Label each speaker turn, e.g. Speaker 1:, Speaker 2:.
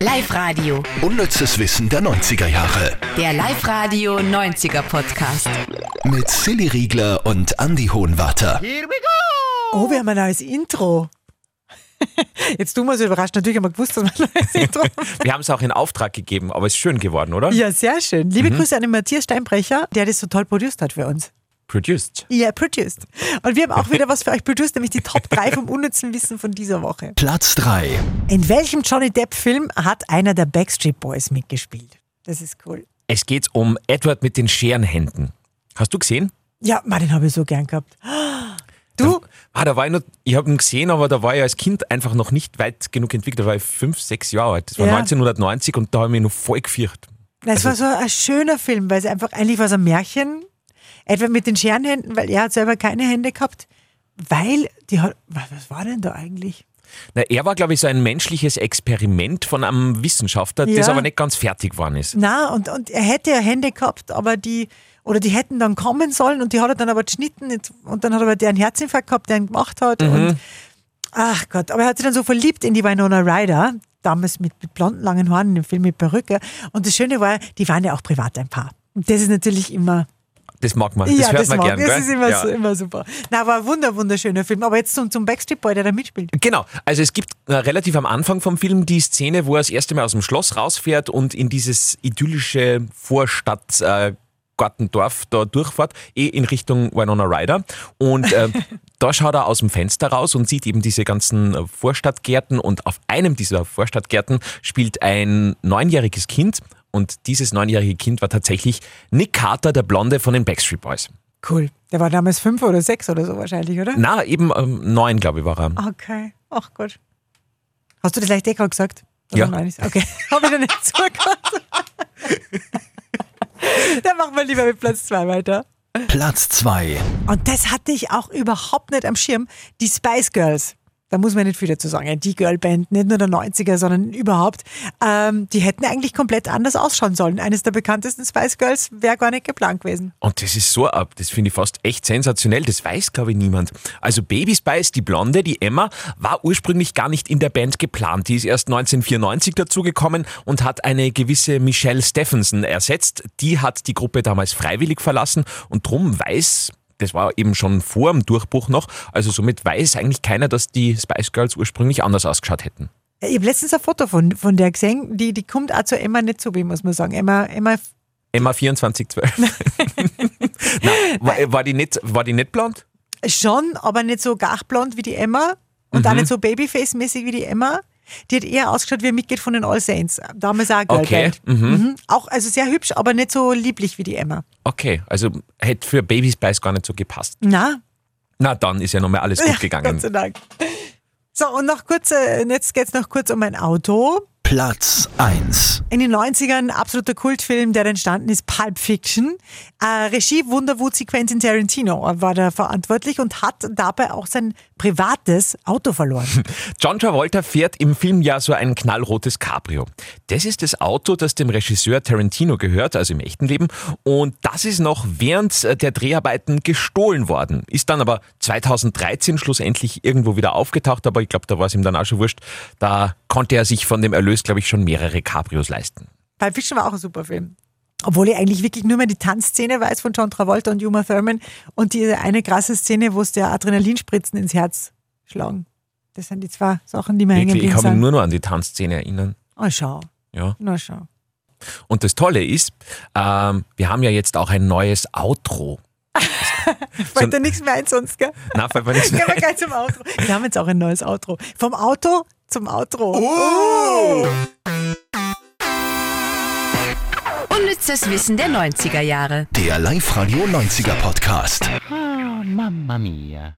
Speaker 1: Live-Radio.
Speaker 2: Unnützes Wissen der 90er Jahre.
Speaker 1: Der Live-Radio 90er Podcast.
Speaker 2: Mit Silly Riegler und Andy Hohenwarter.
Speaker 3: Oh, wir haben ein neues Intro. Jetzt tun wir uns überrascht. Natürlich haben wir gewusst, dass wir ein neues Intro haben.
Speaker 4: Wir haben es auch in Auftrag gegeben, aber es ist schön geworden, oder?
Speaker 3: Ja, sehr schön. Liebe Grüße an den Matthias Steinbrecher, der das so toll produced hat für uns.
Speaker 4: Produced.
Speaker 3: Ja, produced. Und wir haben auch wieder was für euch produced, nämlich die Top 3 vom unnützen Wissen von dieser Woche.
Speaker 2: Platz 3.
Speaker 3: In welchem Johnny Depp-Film hat einer der Backstreet Boys mitgespielt? Das ist cool.
Speaker 4: Es geht um Edward mit den Scherenhänden. Hast du gesehen?
Speaker 3: Ja, Mann, den habe ich so gern gehabt. Du?
Speaker 4: Ah, da war ich noch, ich habe ihn gesehen, aber da war ich als Kind einfach noch nicht weit genug entwickelt. Da war ich fünf, sechs Jahre alt. Das war
Speaker 3: Ja.
Speaker 4: 1990 und da habe ich mich noch voll gefürchtet.
Speaker 3: Das war so ein schöner Film, weil es einfach eigentlich war so ein Märchen. Etwa mit den Scherenhänden, weil er hat selber keine Hände gehabt. Weil die hat. Was was war denn da eigentlich?
Speaker 4: Na, er war, glaube ich, so ein menschliches Experiment von einem Wissenschaftler, das
Speaker 3: Ja.
Speaker 4: aber nicht ganz fertig geworden ist.
Speaker 3: Na, und, und er hätte ja Hände gehabt, aber die, oder die hätten dann kommen sollen und die hat er dann aber geschnitten jetzt- und dann hat aber der einen Herzinfarkt gehabt, der ihn gemacht hat. Und, ach Gott, aber er hat sich dann so verliebt in die Winona Ryder, damals mit, mit blonden langen Haaren in dem Film mit Perücke. Und das Schöne war, die waren ja auch privat ein Paar. Und das ist natürlich immer.
Speaker 4: Das mag man, das hört man
Speaker 3: mag-
Speaker 4: gern.
Speaker 3: Das
Speaker 4: gell?
Speaker 3: ist immer,
Speaker 4: ja.
Speaker 3: so, immer super. Na, war ein wunder, wunderschöner Film. Aber jetzt zum, zum Backstreet Boy, der da mitspielt.
Speaker 4: Genau, also es gibt äh, relativ am Anfang vom Film die Szene, wo er das erste Mal aus dem Schloss rausfährt und in dieses idyllische Vorstadt äh, Gartendorf da durchfährt, eh in Richtung Winona Ryder. Und äh, da schaut er aus dem Fenster raus und sieht eben diese ganzen äh, Vorstadtgärten und auf einem dieser Vorstadtgärten spielt ein neunjähriges Kind und dieses neunjährige Kind war tatsächlich Nick Carter, der Blonde von den Backstreet Boys.
Speaker 3: Cool. Der war damals fünf oder sechs oder so wahrscheinlich, oder?
Speaker 4: Na, eben ähm, neun, glaube ich, war er.
Speaker 3: Okay. Ach Gott. Hast du das leicht eh gerade gesagt? Oder
Speaker 4: Ja.
Speaker 3: nein? Okay. Habe ich dir nicht zugehört. Dann machen wir lieber mit Platz zwei weiter.
Speaker 2: Platz 2.
Speaker 3: Und das hatte ich auch überhaupt nicht am Schirm. Die Spice Girls. Da muss man nicht viel dazu sagen. Die Girlband, nicht nur der 90er, sondern überhaupt. Ähm, die hätten eigentlich komplett anders ausschauen sollen. Eines der bekanntesten Spice Girls wäre gar nicht geplant gewesen.
Speaker 4: Und das ist so ab, das finde ich fast echt sensationell, das weiß glaube ich niemand. Also Baby Spice, die Blonde, die Emma, war ursprünglich gar nicht in der Band geplant. Die ist erst 1994 dazugekommen und hat eine gewisse Michelle Stephenson ersetzt. Die hat die Gruppe damals freiwillig verlassen und drum weiß, das war eben schon vor dem Durchbruch noch, also somit weiß eigentlich keiner, dass die Spice Girls ursprünglich anders ausgeschaut hätten.
Speaker 3: Ich habe letztens ein Foto von, von der gesehen. Die, die kommt auch zu Emma nicht so, wie muss man sagen. Emma, Emma
Speaker 4: Emma 2412. Nein, war, war, die nicht, war die nicht blond?
Speaker 3: Schon, aber nicht so gachblond wie die Emma und auch nicht so Babyface-mäßig wie die Emma. Die hat eher ausgeschaut wie ein Mitglied von den All Saints. Damals auch
Speaker 4: Okay,
Speaker 3: Girlband. Mhm. Auch also sehr hübsch, aber nicht so lieblich wie die Emma.
Speaker 4: Okay, also hätte für Baby Spice gar nicht so gepasst.
Speaker 3: Na,
Speaker 4: Na, dann ist ja nochmal alles gut
Speaker 3: Gott
Speaker 4: gegangen.
Speaker 3: sei Dank. So, und noch kurz, äh, jetzt geht's noch kurz um ein Auto.
Speaker 2: Platz 1.
Speaker 3: In den 90ern absoluter Kultfilm, der entstanden ist, Pulp Fiction. Äh, Regie Wunderwuzi Quentin Tarantino war da verantwortlich und hat dabei auch sein privates Auto verloren.
Speaker 4: John Travolta fährt im Film ja so ein knallrotes Cabrio. Das ist das Auto, das dem Regisseur Tarantino gehört, also im echten Leben. Und das ist noch während äh, der Dreharbeiten gestohlen worden. Ist dann aber 2013 schlussendlich irgendwo wieder aufgetaucht, aber ich glaube, da war es ihm dann auch schon wurscht. Da konnte er sich von dem Erlös, glaube ich, schon mehrere Cabrios leisten.
Speaker 3: Pulp Fiction war auch ein super Film. Obwohl ich eigentlich wirklich nur mehr die Tanzszene weiß von John Travolta und Uma Thurman und diese eine krasse Szene, wo es der Adrenalinspritzen ins Herz schlagen. Das sind die zwei Sachen, die mir hängen
Speaker 4: Wirklich, ich
Speaker 3: geblieben
Speaker 4: kann mich
Speaker 3: sind.
Speaker 4: nur noch an die Tanzszene erinnern.
Speaker 3: Oh, schau.
Speaker 4: Ja.
Speaker 3: Na, schau.
Speaker 4: Und das Tolle ist, ähm, wir haben ja jetzt auch ein neues Outro.
Speaker 3: Fällt dir nichts mehr ein sonst, gell?
Speaker 4: Na, fällt mir nichts
Speaker 3: Gehen wir
Speaker 4: ein.
Speaker 3: gleich zum Outro. Wir haben jetzt auch ein neues Outro. Vom Auto zum Outro.
Speaker 1: Unnützes Wissen der 90er Jahre.
Speaker 2: Der Live-Radio 90er Podcast.
Speaker 5: Ah, mamma mia.